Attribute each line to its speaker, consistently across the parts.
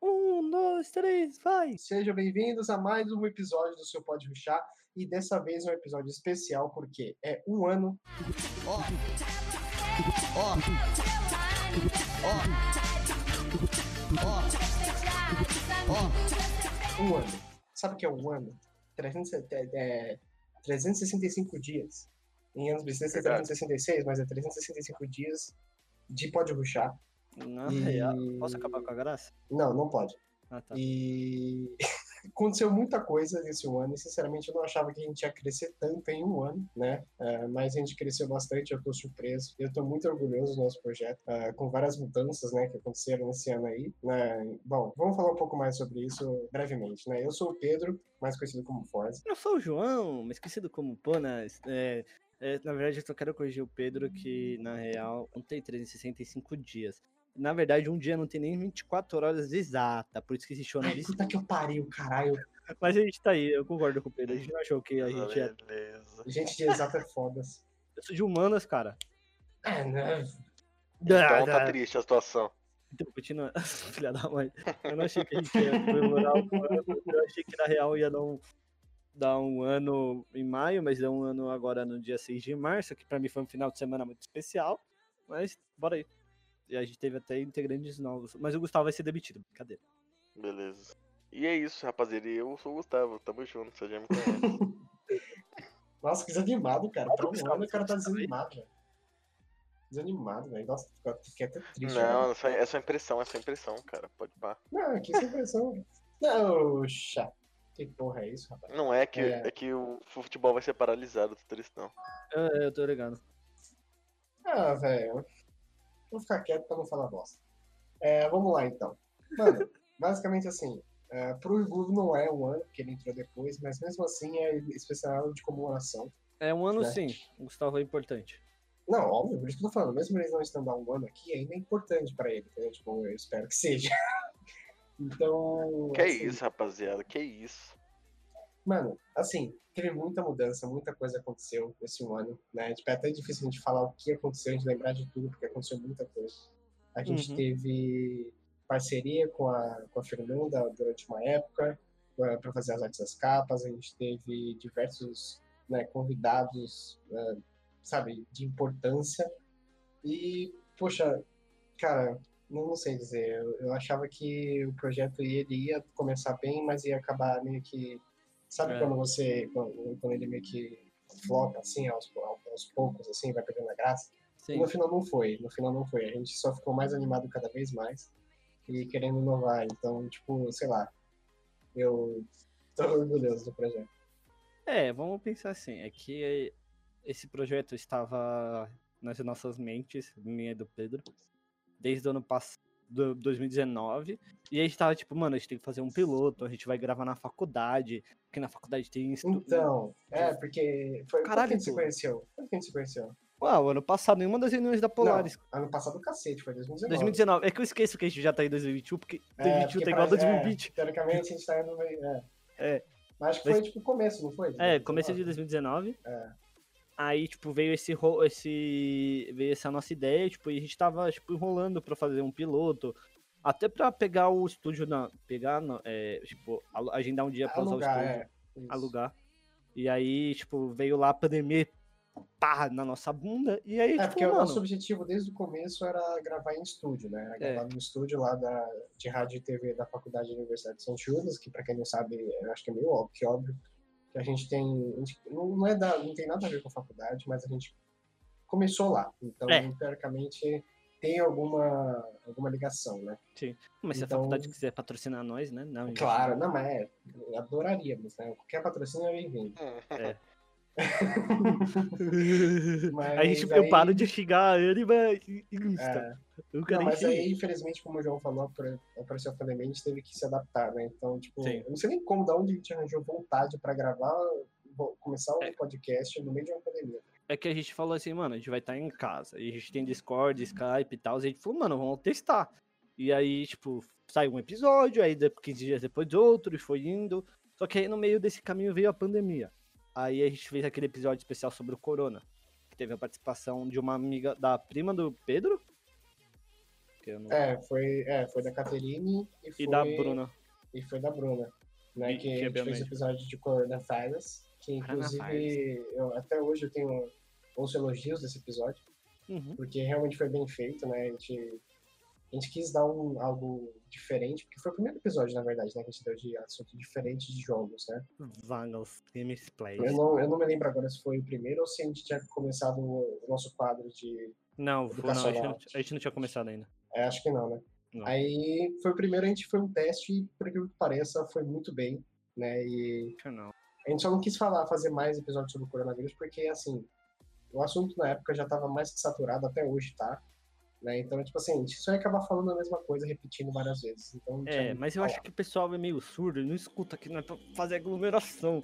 Speaker 1: Um, dois, três, vai!
Speaker 2: Sejam bem-vindos a mais um episódio do seu Pode Ruxar. E dessa vez é um episódio especial, porque é um ano. Ó! Ó! Ó! Ó! Um ano. Sabe o que é um ano? 300, é, 365 dias. Em anos bissextos é 366, mas é 365 dias de Pode Ruxar.
Speaker 1: Não, e... Posso acabar com a graça?
Speaker 2: Não, não pode.
Speaker 1: Ah, tá.
Speaker 2: E aconteceu muita coisa nesse um ano, e sinceramente eu não achava que a gente ia crescer tanto em um ano, né? Uh, mas a gente cresceu bastante, eu tô surpreso. Eu tô muito orgulhoso do nosso projeto, uh, com várias mudanças, né, que aconteceram nesse ano aí. Né? Bom, vamos falar um pouco mais sobre isso brevemente, né? Eu sou o Pedro, mais conhecido como Forza.
Speaker 1: Eu sou o João, mais conhecido como Ponas. É, é, na verdade, eu só quero corrigir o Pedro que, na real, não tem 365 dias. Na verdade, um dia não tem nem 24 horas exata, por isso que existe
Speaker 2: Ai,
Speaker 1: ano
Speaker 2: puta que eu pariu, caralho.
Speaker 1: Mas a gente tá aí, eu concordo com o Pedro. A gente não achou que
Speaker 3: Ah,
Speaker 1: a gente é.
Speaker 2: Beleza. Gente de exato é foda.
Speaker 1: Eu sou de humanas, cara.
Speaker 2: É, né?
Speaker 3: Então tá triste a situação.
Speaker 1: Então, continua. Filha da mãe. Eu não achei que a gente ia comemorar um ano. Eu achei que na real ia dar um, dar um ano em maio, mas deu um ano agora no dia 6 de março, que pra mim foi um final de semana muito especial. Mas bora aí e a gente teve até integrantes novos. Mas o Gustavo vai ser demitido, brincadeira.
Speaker 3: Beleza. E é isso, rapaziada. Eu sou o Gustavo, tamo junto, você já me conhece.
Speaker 2: Nossa, que desanimado, cara. Tá um ano o cara tá desanimado, velho. Desanimado, velho. Nossa, fiquei até triste.
Speaker 3: Não, essa, é, essa impressão, essa impressão, cara. Pode pá.
Speaker 2: Não, que essa impressão. Não, chato. Que porra é isso, rapaz?
Speaker 3: Não é que, é. é que o futebol vai ser paralisado, tô tristão.
Speaker 1: É, eu tô ligado.
Speaker 2: Ah, velho vou ficar quieto pra não falar bosta. É, vamos lá, então. Mano, basicamente assim, é, pro Igor não é um ano, porque ele entrou depois, mas mesmo assim é especial de comemoração.
Speaker 1: É um ano né? sim, o Gustavo é importante.
Speaker 2: Não, óbvio, por isso que eu tô falando, mesmo eles não estando há um ano aqui, ainda é importante pra ele, entendeu? Tipo, eu espero que seja. então.
Speaker 3: Que assim, isso, rapaziada, que isso.
Speaker 2: Mano, assim, teve muita mudança, muita coisa aconteceu esse ano, né? Tipo, é até difícil a gente falar o que aconteceu, a gente lembrar de tudo, porque aconteceu muita coisa. A gente uhum. teve parceria com a, com a Fernanda durante uma época para fazer as artes das capas, a gente teve diversos né, convidados, uh, sabe, de importância. E, poxa, cara, não sei dizer, eu, eu achava que o projeto ia, ele ia começar bem, mas ia acabar meio que Sabe é. quando você, quando, quando, ele meio que flopa, assim, aos, aos poucos, assim, vai perdendo a graça?
Speaker 1: Sim.
Speaker 2: No final não foi, no final não foi. A gente só ficou mais animado cada vez mais e querendo inovar. Então, tipo, sei lá, eu tô orgulhoso do projeto.
Speaker 1: É, vamos pensar assim, é que esse projeto estava nas nossas mentes, minha e do Pedro, desde o ano passado. 2019. E a gente tava tipo, mano, a gente tem que fazer um piloto, a gente vai gravar na faculdade, porque na faculdade tem
Speaker 2: estudo. Então, é, porque. Foi, Caralho, quando se conheceu? Quando que a gente se conheceu?
Speaker 1: Uau, ano passado, em uma das reuniões da Polaris.
Speaker 2: Não, ano passado, cacete, foi 2019.
Speaker 1: 2019. É que eu esqueço que a gente já tá em 2021, porque 2021 é, tá igual a 2020.
Speaker 2: É, teoricamente, a gente tá indo. É.
Speaker 1: é.
Speaker 2: Mas acho que foi, Mas, tipo, começo, não foi?
Speaker 1: 2019. É, começo de 2019.
Speaker 2: É
Speaker 1: aí, tipo, veio esse, esse veio essa nossa ideia, tipo, e a gente tava, tipo, enrolando para fazer um piloto, até para pegar o estúdio na, pegar, na, é, tipo, agendar um dia para usar o estúdio,
Speaker 2: é.
Speaker 1: alugar. E aí, tipo, veio lá a pandemia pá, na nossa bunda, e aí,
Speaker 2: é,
Speaker 1: tipo,
Speaker 2: porque
Speaker 1: mano,
Speaker 2: o nosso objetivo desde o começo era gravar em estúdio, né? Era gravar
Speaker 1: É.
Speaker 2: no estúdio lá da, de rádio e TV da Faculdade da Universidade de São Judas, que para quem não sabe, acho que é meio óbvio, que óbvio, que a gente tem. A gente, não, é da, não tem nada a ver com a faculdade, mas a gente começou lá. Então, é. teoricamente, tem alguma, alguma ligação, né?
Speaker 1: Sim. Mas se
Speaker 2: Então-
Speaker 1: a faculdade quiser patrocinar nós, né? Não, gente.
Speaker 2: Claro, não, mas é, adoraríamos, né? Qualquer patrocínio é bem-vindo.
Speaker 3: Hum,
Speaker 1: É.
Speaker 2: É, Mas
Speaker 1: a gente,
Speaker 2: aí-
Speaker 1: tipo, eu paro de xingar ele, mas. Insta.
Speaker 2: É,
Speaker 1: Eu
Speaker 2: não,
Speaker 1: quero
Speaker 2: mas aí, infelizmente, como o João falou, apare- apareceu a pandemia, a gente teve que se adaptar, né? Então, tipo,
Speaker 1: Sim.
Speaker 2: eu não sei nem como, da onde a gente arranjou vontade pra gravar, vo- começar um
Speaker 1: É.
Speaker 2: podcast no meio de uma pandemia.
Speaker 1: É que a gente falou assim, mano, a gente vai estar em casa. E a gente tem Discord, Skype e tal. E a gente falou, mano, vamos testar. E aí, tipo, saiu um episódio, aí de- 15 dias depois outro, e foi indo. Só que aí no meio desse caminho veio a pandemia. Aí a gente fez aquele episódio especial sobre o Corona. Que teve a participação de uma amiga da prima do Pedro. Que eu não-
Speaker 2: É, foi, é, foi da Caterine e,
Speaker 1: E
Speaker 2: É, foi
Speaker 1: da Bruna.
Speaker 2: e foi da Bruna, né?
Speaker 1: E-
Speaker 2: que
Speaker 1: que é
Speaker 2: a gente fez o
Speaker 1: biomédico.
Speaker 2: episódio de Coronavirus, que inclusive eu, até hoje eu tenho ouço elogios desse episódio
Speaker 1: Uhum.
Speaker 2: porque realmente foi bem feito, né? A gente, a gente quis dar um, algo diferente, porque foi o primeiro episódio, na verdade, né? Que a gente deu de assunto diferente de jogos, né?
Speaker 1: Vangles, Games Play.
Speaker 2: Eu não, eu não me lembro agora se foi o primeiro ou se a gente tinha começado o nosso quadro de.
Speaker 1: Não, foi- não, a gente não,
Speaker 2: Educacional.
Speaker 1: a gente não tinha começado ainda.
Speaker 2: é, acho que não, né?
Speaker 1: Não.
Speaker 2: Aí foi o primeiro, a gente foi um teste e, por aquilo que pareça, foi muito bem, né? E
Speaker 1: Acho que Não.
Speaker 2: A gente só não quis falar, fazer mais episódios sobre o coronavírus, porque, assim, o assunto na época já tava mais que saturado, até hoje tá. Né? Então, tipo assim, a gente só ia acabar falando a mesma coisa, repetindo várias vezes. Então, não tinha
Speaker 1: É,
Speaker 2: muito
Speaker 1: mas
Speaker 2: o que
Speaker 1: eu
Speaker 2: falar.
Speaker 1: acho que o pessoal é meio surdo, não escuta que não é pra fazer aglomeração.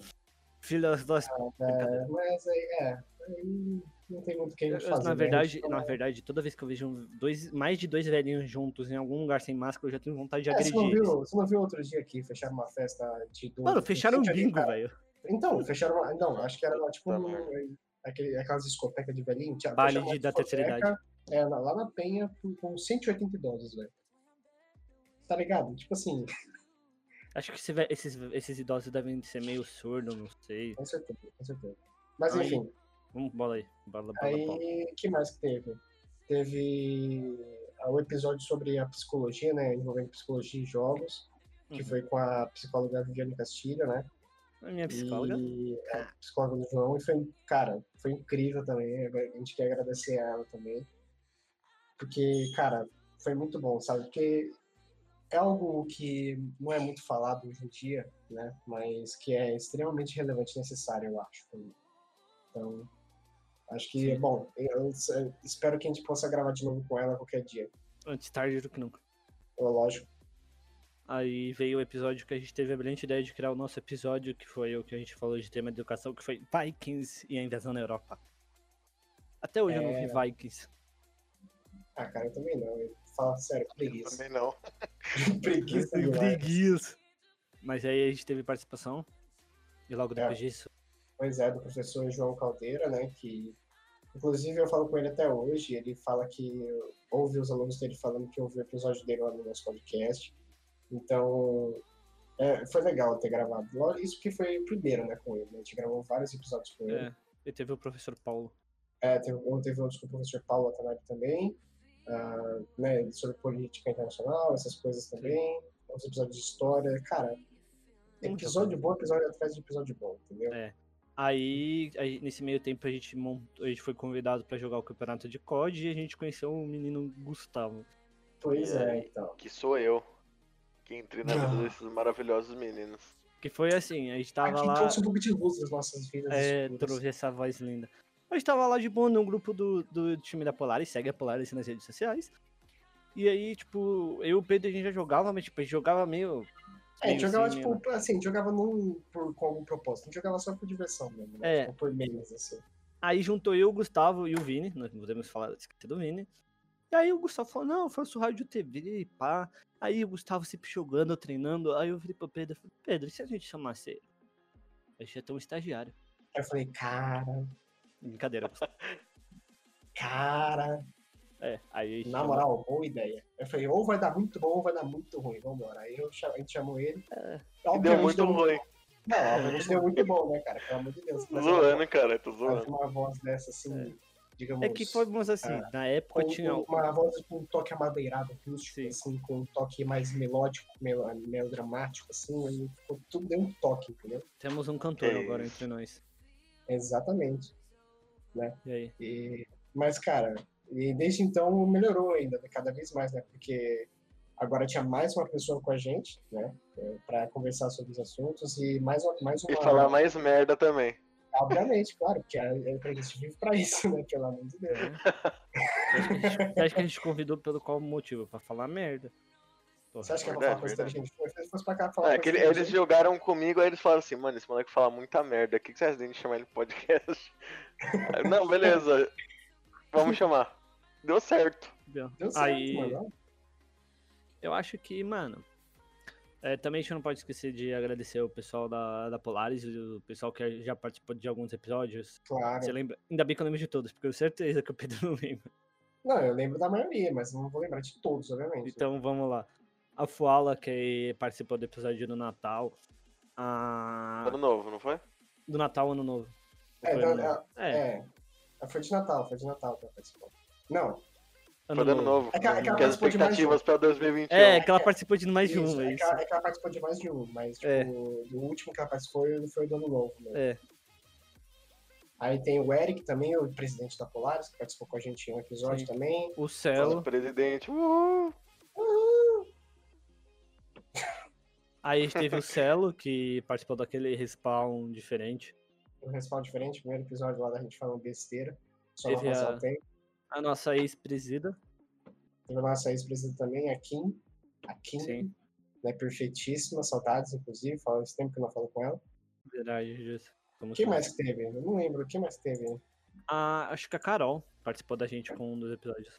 Speaker 1: Filhas das.
Speaker 2: É, mas aí, é, aí não tem muito o que a
Speaker 1: Eu-
Speaker 2: gente
Speaker 1: eu,
Speaker 2: fazer. né?
Speaker 1: na
Speaker 2: A
Speaker 1: verdade,
Speaker 2: gente não-
Speaker 1: na verdade, toda vez que eu vejo um- dois, mais de dois velhinhos juntos em algum lugar sem máscara, eu já tenho vontade de
Speaker 2: É, você,
Speaker 1: agredir.
Speaker 2: não
Speaker 1: eles.
Speaker 2: viu, você não viu outro dia aqui, fecharam uma festa de... do-
Speaker 1: Mano, fecharam um
Speaker 2: de-
Speaker 1: bingo, velho.
Speaker 2: Então, fecharam uma... Não, acho que era tipo
Speaker 3: Puta
Speaker 2: um- aquele, aquelas discotecas de velhinho. tinha-
Speaker 1: Baile
Speaker 2: fecharam uma
Speaker 1: de- da terceira
Speaker 2: discoteca, É, lá lá na Penha, por- com 180 idosos, velho. Tá ligado? Tipo assim,
Speaker 1: Acho que esse ve- esses, esses idosos devem ser meio surdos, não sei.
Speaker 2: com certeza, com certeza. Mas
Speaker 1: Aí,
Speaker 2: enfim,
Speaker 1: Vamos, bola aí. Bola, bola, bola.
Speaker 2: aí, que mais que teve? Teve ah, o episódio sobre a psicologia, né, envolvendo psicologia e jogos, que
Speaker 1: Uhum.
Speaker 2: foi com a psicóloga Viviane Castilho, né?
Speaker 1: A minha psicóloga.
Speaker 2: E a psicóloga do João, e foi, cara, foi incrível também. A gente quer agradecer a ela também. Porque, cara, foi muito bom, sabe? Porque é algo que não é muito falado hoje em dia, né? Mas que é extremamente relevante e necessário, eu acho. pra mim. Então, acho que, bom, eu eu espero que a gente possa gravar de novo com ela qualquer dia.
Speaker 1: Antes tarde do que nunca.
Speaker 2: É Lógico.
Speaker 1: Aí veio o episódio que a gente teve a brilhante ideia de criar o nosso episódio, que foi o que a gente falou de tema de educação, que foi Vikings e a invasão na Europa. Até hoje eu não vi Vikings.
Speaker 2: Ah, cara, eu também não. Eu falo sério,
Speaker 3: Eu
Speaker 2: preguiça.
Speaker 3: também não.
Speaker 2: preguiça demais.
Speaker 1: Preguiça. Mas aí a gente teve participação. E logo depois disso.
Speaker 2: Pois é, do professor João Caldeira, né? Que, inclusive, eu falo com ele até hoje. Ele fala que ouve os alunos dele falando que ouviu o episódio dele lá no nosso podcast. Então, é, foi legal ter gravado. Logo, Isso que foi o primeiro, né? Com ele. né, A gente gravou vários episódios com ele.
Speaker 1: É, e teve o professor Paulo.
Speaker 2: É, teve, eu teve outros com o professor Paulo Atanabe também, ah, né, sobre política internacional, essas coisas também, os episódios de história, cara,
Speaker 1: Muita
Speaker 2: episódio bom, É. episódio atrás de episódio bom, entendeu?
Speaker 1: Aí, aí, nesse meio tempo, a gente, montou, a gente foi convidado pra jogar o campeonato de COD e a gente conheceu o menino Gustavo.
Speaker 2: Pois é,
Speaker 3: É.
Speaker 2: então.
Speaker 3: Que sou eu. Que entrei na
Speaker 2: Ah.
Speaker 3: vida desses maravilhosos meninos.
Speaker 1: Que foi assim, a gente
Speaker 2: Ah,
Speaker 1: tava
Speaker 2: que
Speaker 1: lá.
Speaker 2: trouxe um pouco de luz nas nossas vidas.
Speaker 1: É,
Speaker 2: escuras.
Speaker 1: trouxe essa voz linda. A gente tava lá de boa num grupo do, do time da Polaris, segue a Polaris nas redes sociais. E aí, tipo, eu e o Pedro a gente já jogava, mas tipo, a gente jogava meio.
Speaker 2: É, a gente jogava,
Speaker 1: assim,
Speaker 2: tipo,
Speaker 1: mesmo.
Speaker 2: assim, jogava num, por, com algum propósito, não jogava só por diversão mesmo, né?
Speaker 1: É.
Speaker 2: Tipo, por memes, assim.
Speaker 1: Aí juntou eu, o Gustavo e o Vini, nós não podemos falar, esquecer do Vini. E aí o Gustavo falou, não, eu faço rádio TV, pá. Aí o Gustavo sempre jogando, treinando. Aí eu falei pro Pedro, eu falei, Pedro, e se a gente chamasse ele? A gente ia ter um estagiário.
Speaker 2: Aí eu falei, cara,
Speaker 1: Brincadeira, Gustavo.
Speaker 2: cara,
Speaker 1: É, aí a gente
Speaker 2: na
Speaker 1: chamou-
Speaker 2: moral, boa ideia. Eu falei, ou vai dar muito bom ou vai dar muito ruim, vambora. Aí eu, cha- a gente chamou ele.
Speaker 1: É.
Speaker 3: E deu
Speaker 2: Obviamente,
Speaker 3: muito ruim.
Speaker 2: Não, obviamente deu muito bom, né, cara? Pelo amor de Deus.
Speaker 3: Tô
Speaker 2: Mas
Speaker 3: zoando, cara. Tô
Speaker 2: uma,
Speaker 3: zoando.
Speaker 2: uma voz dessa, assim, digamos...
Speaker 1: É que foi, mas assim,
Speaker 2: Ah,
Speaker 1: na época
Speaker 2: com-
Speaker 1: tinha.
Speaker 2: com uma voz com um toque amadeirado, acústico,
Speaker 1: Sim.
Speaker 2: assim, com um toque mais melódico, mel- melodramático, assim, aí ficou tudo deu um toque, entendeu?
Speaker 1: Temos um cantor
Speaker 3: É
Speaker 1: agora
Speaker 3: isso.
Speaker 1: entre nós.
Speaker 2: Exatamente.
Speaker 1: E aí?
Speaker 2: E, mas, cara, e desde então melhorou ainda, né, cada vez mais, né? Porque agora tinha mais uma pessoa com a gente, né? Pra conversar sobre os assuntos e mais, uma- mais uma...
Speaker 3: E falar mais merda também.
Speaker 2: Obviamente, claro, porque a, a gente vive pra isso, né? Pelo amor de Deus.
Speaker 1: Você acha que a gente convidou pelo qual motivo? Pra falar merda. Porra.
Speaker 2: Você acha que eu vou falar
Speaker 3: Verdade,
Speaker 2: coisa
Speaker 3: verdade.
Speaker 2: inteligente? Pô, Se ele fosse pra cá
Speaker 3: Ah,
Speaker 2: falar
Speaker 3: é que ele-
Speaker 2: coisa
Speaker 3: eles jogaram comigo, aí eles falaram assim, mano, esse moleque fala muita merda, o que, que vocês têm de chamar ele pro podcast? Aí, Não, beleza. Vamos chamar. Deu certo.
Speaker 1: Deu.
Speaker 2: Deu certo,
Speaker 1: Aí,
Speaker 2: mano.
Speaker 1: eu acho que, mano. é, também a gente não pode esquecer de agradecer o pessoal da, da Polaris, o pessoal que já participou de alguns episódios.
Speaker 2: Claro.
Speaker 1: Você lembra? Ainda bem que eu lembro de todos, porque eu tenho certeza que o Pedro não lembra.
Speaker 2: Não, eu lembro da maioria, mas não vou lembrar de todos, obviamente.
Speaker 1: Então vamos lá. a Fuala, que participou do episódio do Natal. A...
Speaker 3: Ano novo, não foi?
Speaker 1: Do Natal, Ano Novo.
Speaker 2: É,
Speaker 1: Foi
Speaker 2: da-
Speaker 1: ano novo. é,
Speaker 2: É. Foi de Natal, foi de Natal que ela participou. Não,
Speaker 3: Foi do ano novo.
Speaker 2: É que- é que ela
Speaker 3: Porque as
Speaker 2: participou de mais
Speaker 3: expectativas pra 2021.
Speaker 1: É, que ela participou de mais de
Speaker 2: isso,
Speaker 1: uma.
Speaker 2: é, que
Speaker 1: Isso.
Speaker 2: ela, é que ela participou de mais de um, mas tipo,
Speaker 1: É.
Speaker 2: o último que ela participou foi o do Ano Novo. Né?
Speaker 1: É.
Speaker 2: Aí tem o Eric também, o presidente da Polaris, que participou com a gente em um episódio
Speaker 1: Sim.
Speaker 2: também.
Speaker 1: O
Speaker 3: Fala,
Speaker 1: Celo.
Speaker 3: presidente. Uhul.
Speaker 1: Aí a gente teve o Celo, que participou daquele respawn diferente.
Speaker 2: Um respawn diferente, primeiro episódio lá da gente falando besteira. Só
Speaker 1: Teve
Speaker 2: não passar
Speaker 1: a-
Speaker 2: o tempo.
Speaker 1: A nossa ex-presida.
Speaker 2: Teve a nossa ex-presidente também, a Kim. A Kim,
Speaker 1: Sim.
Speaker 2: né? Perfeitíssima, saudades, inclusive. Fala esse tempo que eu não falo com ela.
Speaker 1: Verdade, justo. Como
Speaker 2: O que
Speaker 1: chama?
Speaker 2: mais que teve? Eu não lembro, o que mais que teve?
Speaker 1: A- acho que a Carol participou da gente com um dos episódios.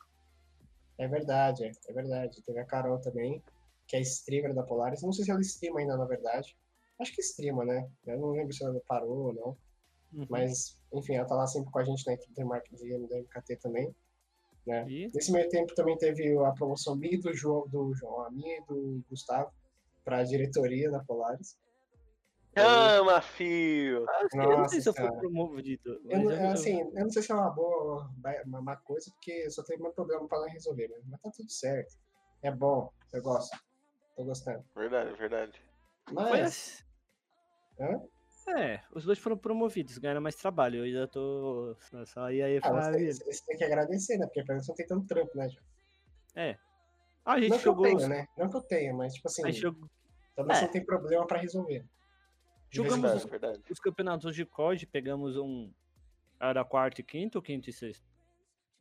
Speaker 2: É verdade, é, é verdade. Teve a Carol também, que é streamer da Polaris. Não sei se ela streama ainda, na verdade. Acho que streama, né? Eu não lembro se ela parou ou não.
Speaker 1: Uhum.
Speaker 2: Mas, enfim, ela tá lá sempre com a gente na equipe de marketing da MKT também.
Speaker 1: E
Speaker 2: Nesse meio tempo também teve a promoção minha e do João, do João, a minha e do Gustavo pra diretoria da Polaris.
Speaker 3: Chama, filho.
Speaker 1: Ah, assim, eu não sei
Speaker 2: Nossa,
Speaker 1: se eu fui
Speaker 2: cara.
Speaker 1: promovido.
Speaker 2: Eu,
Speaker 1: Mas
Speaker 2: não-
Speaker 1: eu- eu-
Speaker 2: assim, eu não sei se é uma boa ba- uma má coisa, porque só tem um problema pra lá resolver, né? mas tá tudo certo. É bom, eu gosto. Tô gostando.
Speaker 3: Verdade, verdade.
Speaker 2: Mas,
Speaker 1: Mas...
Speaker 2: Hã?
Speaker 1: assim. É, os dois foram promovidos, ganharam mais trabalho. Eu ainda tô. Só aí aí
Speaker 2: ah,
Speaker 1: pra-
Speaker 2: você, tem, você tem que agradecer, né? Porque pelo menos não tem tanto trampo, né, João?
Speaker 1: Ah, a gente
Speaker 2: Não que eu
Speaker 1: jogou.
Speaker 2: tenha,
Speaker 1: os-
Speaker 2: né? Não que eu tenha, mas, tipo assim,
Speaker 1: A gente jogou
Speaker 2: toda vez
Speaker 1: é.
Speaker 2: não tem problema pra resolver. De vez em
Speaker 1: Jogamos
Speaker 3: Verdade,
Speaker 1: os-
Speaker 2: quando.
Speaker 3: verdade.
Speaker 1: os campeonatos de COD, pegamos um. Era quarto e quinto ou quinto e sexto?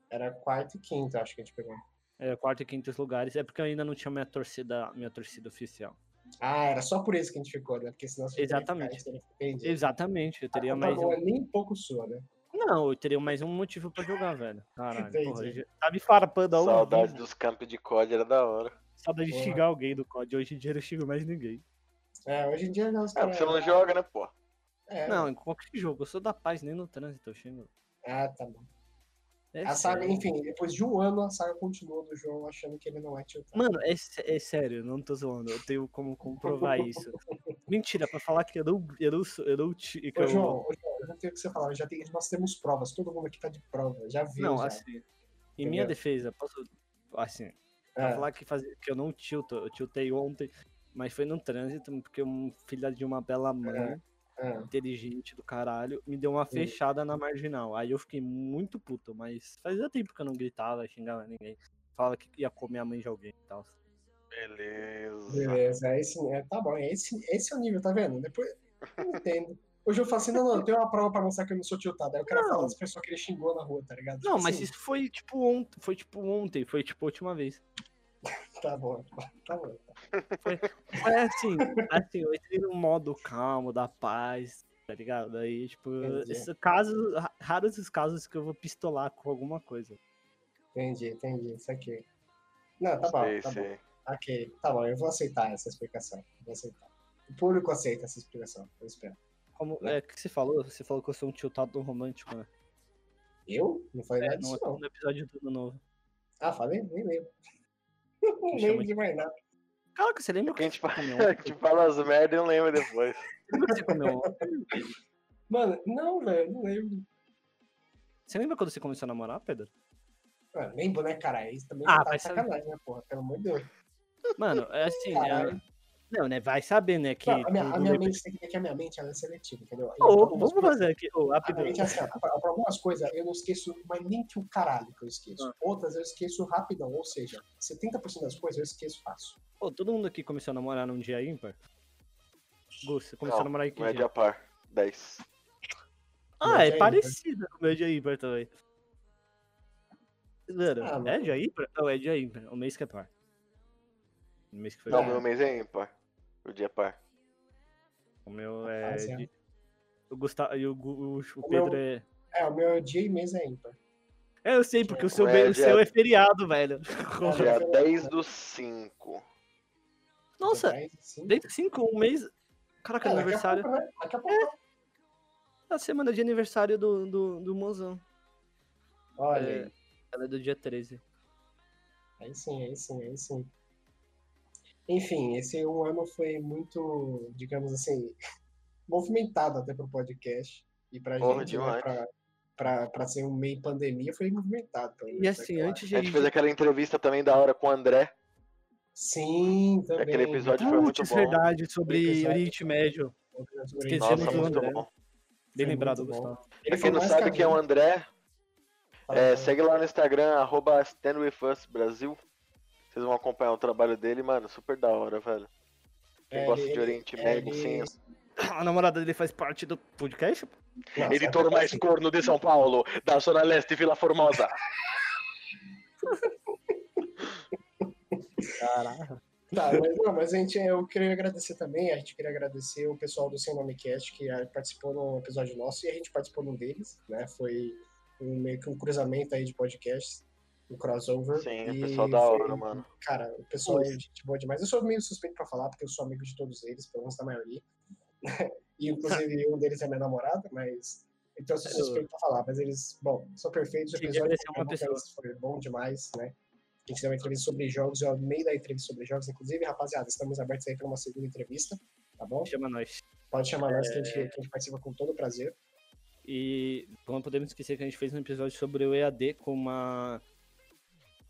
Speaker 2: Era quarto e quinto, acho que a gente pegou.
Speaker 1: Era É, quarto e quinto lugares. É porque eu ainda não tinha minha torcida, minha torcida oficial.
Speaker 2: Ah, era só por isso que a gente ficou, né? Porque senão você
Speaker 1: Exatamente.
Speaker 2: Teria ficado, entendi.
Speaker 1: Exatamente, eu teria
Speaker 2: a
Speaker 1: mais um.
Speaker 2: boa, nem um pouco sua, né?
Speaker 1: Não, eu teria mais um motivo pra jogar, velho. Caralho, porra,
Speaker 2: Entendi.
Speaker 1: já tá me farpando
Speaker 2: um
Speaker 1: ao
Speaker 3: Saudade
Speaker 1: vivo.
Speaker 3: dos campos de COD, era da hora.
Speaker 1: Saudade de
Speaker 2: Porra.
Speaker 1: xingar alguém do COD. Hoje em dia eu não xingo mais ninguém.
Speaker 2: É, hoje em dia nós
Speaker 3: É, porque você não joga, né, pô?
Speaker 2: É.
Speaker 1: Não, em qualquer jogo, eu sou da paz, nem no trânsito eu xingo.
Speaker 2: Ah, tá bom.
Speaker 1: É
Speaker 2: a saga,
Speaker 1: sério.
Speaker 2: Ah, enfim, depois de um ano a saga continuou do João achando que ele não é tiltado.
Speaker 1: Mano, é, sé- é sério, eu não tô zoando, eu tenho como comprovar isso. Mentira, pra falar que eu não. Eu não, sou- eu não ti- que
Speaker 2: Ô,
Speaker 1: eu-
Speaker 2: João, ô, João, eu não tenho o que você falar, eu já tenho, nós temos provas, todo mundo aqui tá de prova, já viu.
Speaker 1: Não,
Speaker 2: já.
Speaker 1: assim. Em minha
Speaker 2: Entendeu?
Speaker 1: defesa, posso. Assim, pra
Speaker 2: Ah,
Speaker 1: falar que, faz, que eu não tilto, eu tiltei ontem, mas foi no trânsito, porque um filho de uma bela mãe,
Speaker 2: ah.
Speaker 1: inteligente do caralho, me deu uma fechada na marginal. Aí eu fiquei muito puto, mas fazia tempo que eu não gritava, xingava ninguém. Fala que ia comer a mãe de alguém e tal.
Speaker 3: Beleza.
Speaker 2: Beleza, é esse, é, tá bom, é esse, esse é o nível, tá vendo? Depois, eu não entendo. Hoje eu falo assim, não, não, eu tenho uma prova pra mostrar que eu não sou tiltado. Aí o cara
Speaker 1: Não.
Speaker 2: fala das pessoas que ele xingou na rua, tá ligado?
Speaker 1: Não,
Speaker 2: Tipo
Speaker 1: mas
Speaker 2: assim,
Speaker 1: isso foi tipo ontem, foi tipo ontem, foi tipo a última vez.
Speaker 2: Tá bom, tá bom.
Speaker 1: É assim, assim, eu entrei num modo calmo, da paz, tá ligado? Aí, tipo,
Speaker 2: Entendi.
Speaker 1: esse caso, ra- raros os casos que eu vou pistolar com alguma coisa.
Speaker 2: Entendi, entendi, isso aqui. Não, tá bom,
Speaker 3: Sei,
Speaker 2: tá bom.
Speaker 3: sei.
Speaker 2: Ok, tá bom, eu vou aceitar essa explicação. Vou aceitar. O público aceita essa explicação, eu espero.
Speaker 1: Como
Speaker 3: Né?
Speaker 1: é que você falou? Você falou que eu sou um tiltado romântico, né?
Speaker 2: Eu? Não
Speaker 3: É,
Speaker 2: falei nada
Speaker 1: no,
Speaker 2: disso, não.
Speaker 1: no episódio do Ano Novo.
Speaker 2: Ah, falei? Nem lembro. Não
Speaker 1: Me chama
Speaker 2: lembro de mais nada.
Speaker 1: Caraca, você lembra o
Speaker 3: Porque
Speaker 1: que você
Speaker 3: É a gente fala,
Speaker 1: comeu
Speaker 3: a
Speaker 1: ontem?
Speaker 3: gente fala as merdas e não lembra depois.
Speaker 1: Lembra que você comeu um? ontem?
Speaker 2: Mano, não, velho, não lembro.
Speaker 1: Você lembra quando você começou a namorar, Pedro?
Speaker 2: Ah, lembro, né, cara? Isso também
Speaker 1: Ah,
Speaker 2: tá
Speaker 1: vai
Speaker 2: de
Speaker 1: saber.
Speaker 2: sacanagem, né, porra? Pelo amor de Deus.
Speaker 1: Mano, é assim,
Speaker 2: Caralho.
Speaker 1: é- não, né? Vai saber, né? Que
Speaker 2: Não, a minha, a
Speaker 1: tudo
Speaker 2: minha
Speaker 1: depende-
Speaker 2: mente tem que ver que a minha mente ela é seletiva, entendeu? Então,
Speaker 1: Ô,
Speaker 2: algumas
Speaker 1: vamos
Speaker 2: coisas-
Speaker 1: fazer aqui, ô,
Speaker 2: a minha
Speaker 1: rapidão.
Speaker 2: mente é assim, ó, pra, pra algumas coisas eu não esqueço, mas nem que o caralho que eu esqueço.
Speaker 1: Ah.
Speaker 2: Outras eu esqueço rapidão, ou seja, 70% das coisas eu esqueço fácil.
Speaker 1: Ô, todo mundo aqui começou a namorar num dia ímpar? Gus, você começou
Speaker 3: Não,
Speaker 1: a namorar em que dia?
Speaker 3: Média par. 10.
Speaker 1: Ah,
Speaker 2: Meu
Speaker 1: é
Speaker 2: dia
Speaker 1: parecida com o meu dia ímpar também. Mano,
Speaker 2: Ah,
Speaker 1: é
Speaker 2: mano.
Speaker 1: dia ímpar? Não, é dia ímpar. O mês que é par. O mês que foi
Speaker 3: Não,
Speaker 1: par.
Speaker 3: meu mês é ímpar. O dia é par.
Speaker 1: O meu é.
Speaker 2: Rapaz, é.
Speaker 1: de- O Gustavo e o, Gu- o- o
Speaker 2: O
Speaker 1: Pedro
Speaker 2: meu-
Speaker 1: é.
Speaker 2: É, o meu dia e mês é ímpar.
Speaker 1: É, eu sei, porque o seu,
Speaker 3: É,
Speaker 1: bem- o
Speaker 3: dia-
Speaker 1: seu é feriado, velho.
Speaker 2: É.
Speaker 3: Dia 10 do 5.
Speaker 1: Nossa,
Speaker 2: Mas, assim,
Speaker 1: dentro de cinco, um mês. Caraca,
Speaker 2: é, daqui a
Speaker 1: aniversário.
Speaker 2: pouco, né? Daqui a pouco.
Speaker 1: É a semana de aniversário do, do, do mozão.
Speaker 2: Olha,
Speaker 1: É, ela é do dia 13.
Speaker 2: Aí sim, aí sim, aí sim. Enfim, esse um ano foi muito, digamos assim, movimentado até pro podcast. E pra
Speaker 3: Porra,
Speaker 2: gente, né,
Speaker 3: demais.
Speaker 2: pra, pra, pra ser um meio pandemia, foi movimentado. pelo
Speaker 1: E
Speaker 2: menos,
Speaker 1: assim,
Speaker 2: né, claro.
Speaker 1: antes de.
Speaker 3: A gente fez aquela entrevista também da hora com o André.
Speaker 2: Sim, também.
Speaker 3: Aquele episódio foi muito
Speaker 1: Putz,
Speaker 3: bom.
Speaker 1: verdade, sobre
Speaker 2: Episódio.
Speaker 1: Oriente Médio.
Speaker 2: Esqueci
Speaker 1: Esse é
Speaker 3: Nossa,
Speaker 1: muito
Speaker 3: muito
Speaker 1: André.
Speaker 3: bom.
Speaker 1: Bem
Speaker 2: Foi
Speaker 1: lembrado,
Speaker 2: muito bom.
Speaker 1: Gustavo.
Speaker 2: Ele
Speaker 3: Quem não sabe quem é o André, É, segue lá no Instagram, arroba Stand With Us Brasil. Vocês vão acompanhar o trabalho dele, mano. Super da hora, velho. Quem
Speaker 2: É,
Speaker 3: gosta
Speaker 2: ele-
Speaker 3: de Oriente
Speaker 2: ele-
Speaker 3: Médio,
Speaker 2: ele-
Speaker 3: sim.
Speaker 1: A namorada dele faz parte do podcast?
Speaker 3: Editor
Speaker 2: é,
Speaker 3: mais corno de São Paulo, da Zona Leste Vila Formosa.
Speaker 1: Caraca.
Speaker 2: Tá, mas, não, mas a gente, eu queria agradecer também, a gente queria agradecer o pessoal do Sem Nome Cast que ah, participou no episódio nosso e a gente participou num deles, né? Foi um, meio que um cruzamento aí de podcasts, um crossover.
Speaker 3: Sim,
Speaker 2: e
Speaker 3: pessoal da
Speaker 2: foi-
Speaker 3: hora, mano.
Speaker 2: Cara, o pessoal é
Speaker 1: Nossa.
Speaker 2: gente boa demais. Eu sou meio suspeito pra falar, porque eu sou amigo de todos eles, pelo menos da maioria. E, inclusive, um deles é minha namorada, mas. Então, eu sou
Speaker 1: É, Eu-
Speaker 2: suspeito pra falar, mas eles, bom, são perfeitos. O
Speaker 1: Queria
Speaker 2: episódio
Speaker 1: agradecer
Speaker 2: foi
Speaker 1: uma
Speaker 2: bom,
Speaker 1: pessoa.
Speaker 2: mas foi bom demais, né? A gente deu uma entrevista sobre jogos, eu amei da entrevista sobre jogos. Inclusive, rapaziada, estamos abertos aí pra uma segunda entrevista, tá bom?
Speaker 1: Chama nós.
Speaker 2: Pode chamar nós que a gente,
Speaker 1: É.
Speaker 2: que a gente participa com todo prazer.
Speaker 1: E não podemos esquecer que a gente fez um episódio sobre o EAD com uma.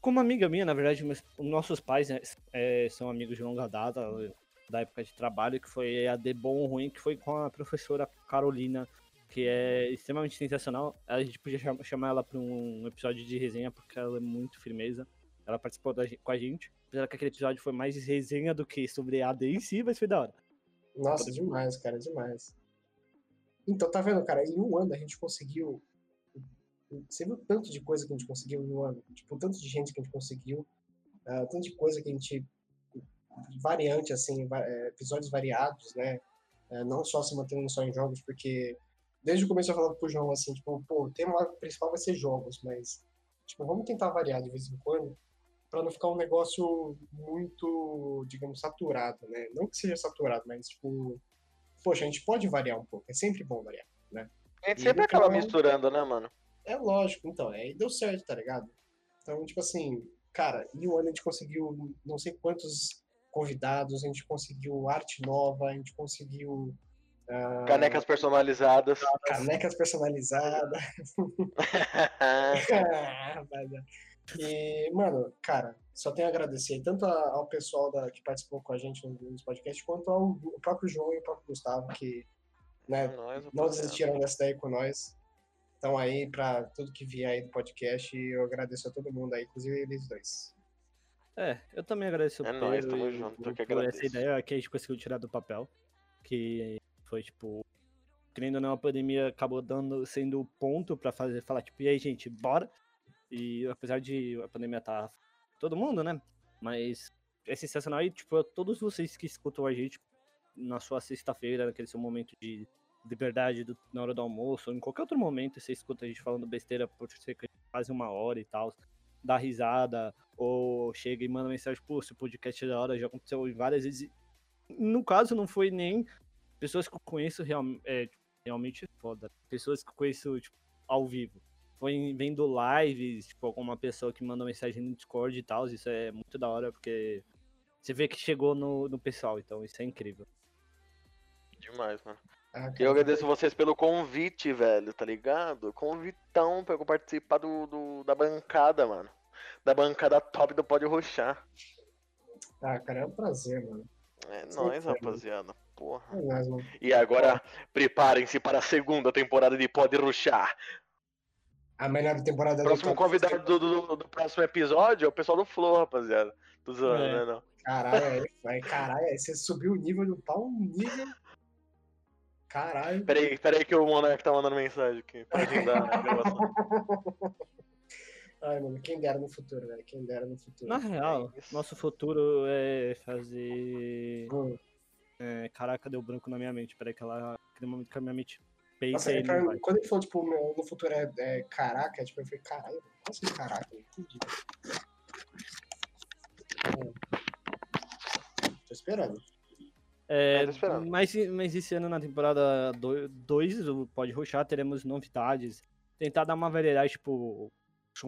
Speaker 1: Com uma amiga minha, na verdade, meus, nossos pais né, é, são amigos de longa data, da época de trabalho, que foi EAD bom ou ruim, que foi com a professora Carolina, que é extremamente sensacional. A gente podia cham- chamar ela para um episódio de resenha, porque ela é muito firmeza. Ela participou da gen- com a gente. Apesar que aquele episódio foi mais resenha do que sobre EAD em si, mas foi da hora.
Speaker 2: Nossa, demais, cara, demais. Então, tá vendo, cara? Em um ano a gente conseguiu. Você viu o tanto de coisa que a gente conseguiu em um ano? Tipo, o tanto de gente que a gente conseguiu, ah, o tanto de coisa que a gente. Variante, assim, va- eh, episódios variados, né? Eh, não só se mantendo só em jogos, porque desde o começo eu falava pro João assim, tipo, pô, o tema principal vai ser jogos, mas, tipo, vamos tentar variar de vez em quando, pra não ficar um negócio muito, digamos, saturado, né? Não que seja saturado, mas, tipo, poxa, a gente pode variar um pouco, é sempre bom variar.
Speaker 3: A gente sempre acaba misturando, né, mano?
Speaker 2: É lógico, então, é, e deu certo, tá ligado? Então, tipo assim, cara, em um ano a gente conseguiu não sei quantos convidados, a gente conseguiu arte nova, a gente conseguiu
Speaker 3: Canecas personalizadas.
Speaker 2: canecas personalizadas. Ah, rapaziada. E, mano, cara, só tenho a agradecer tanto a- ao pessoal da- que participou com a gente no- nos podcasts, quanto ao Gu- o próprio João e o próprio Gustavo, que né,
Speaker 3: É, Nós, rapaziada.
Speaker 2: não desistiram dessa daí com nós. Estão aí pra tudo que vier aí do podcast e eu agradeço a todo mundo aí, inclusive eles dois.
Speaker 1: É, eu também agradeço
Speaker 3: É
Speaker 1: o
Speaker 3: nóis,
Speaker 1: Pedro
Speaker 3: tamo
Speaker 1: e o
Speaker 3: junto,
Speaker 1: Hugo
Speaker 3: eu que
Speaker 1: por essa
Speaker 3: agradeço.
Speaker 1: ideia que a gente conseguiu tirar do papel, que foi tipo, querendo ou não, a pandemia acabou dando, sendo o ponto pra fazer, falar tipo, e aí gente, bora? E apesar de a pandemia tá todo mundo, né? Mas é sensacional e tipo, a todos vocês que escutam a gente na sua sexta-feira, naquele seu momento de liberdade do- na hora do almoço, ou em qualquer outro momento, você escuta a gente falando besteira por cerca de quase uma hora e tal, dá risada, ou chega e manda mensagem, pô, seu podcast é da hora, já aconteceu várias vezes. No caso, não foi nem pessoas que eu conheço real, é, tipo, realmente é foda. Pessoas que eu conheço, tipo, ao vivo. Foi em- vendo lives, tipo, alguma pessoa que manda mensagem no Discord e tal, isso é muito da hora, porque você vê que chegou no, no pessoal, então isso é incrível.
Speaker 3: Demais, mano.
Speaker 2: Ah,
Speaker 3: E eu agradeço vocês pelo convite, velho, tá ligado? Convitão pra eu participar do, do- da bancada, mano. Da bancada top do Pode Roxar.
Speaker 2: Ah, cara, é um prazer, mano.
Speaker 3: É
Speaker 2: Sim,
Speaker 3: nóis,
Speaker 2: cara.
Speaker 3: rapaziada. Porra.
Speaker 2: É nóis, mano.
Speaker 3: E agora, preparem-se para a segunda temporada de Pode Ruxar.
Speaker 2: A melhor temporada
Speaker 3: Próximo
Speaker 2: Campo.
Speaker 3: convidado do, do- do próximo episódio é o pessoal do Flow, rapaziada. Tô zoando,
Speaker 1: É.
Speaker 3: né? Não.
Speaker 2: Caralho, aí, vai, caralho, aí você subiu o nível do pau, um nível. Caralho.
Speaker 3: Peraí, peraí que o Monark tá mandando mensagem aqui. Pra agendar a gravação.
Speaker 2: Ai, mano, quem dera no futuro, velho. Quem dera no futuro.
Speaker 1: Na real,
Speaker 3: isso.
Speaker 1: nosso futuro é fazer.
Speaker 2: Hum.
Speaker 1: É, caraca, deu branco na minha mente. Peraí, que ela. Aquele momento que a minha mente
Speaker 2: Nossa,
Speaker 1: peita
Speaker 2: é
Speaker 1: e
Speaker 2: pra-
Speaker 1: não vai.
Speaker 2: quando ele falou, tipo, meu, no futuro é, é caraca, tipo, eu falei, caralho, nossa, caraca, eu entendi. É. Tô esperando.
Speaker 1: É,
Speaker 3: É, tô esperando.
Speaker 1: mas, mas esse ano, na temporada 2 do Pode Roxar, teremos novidades. Tentar dar uma variedade, tipo,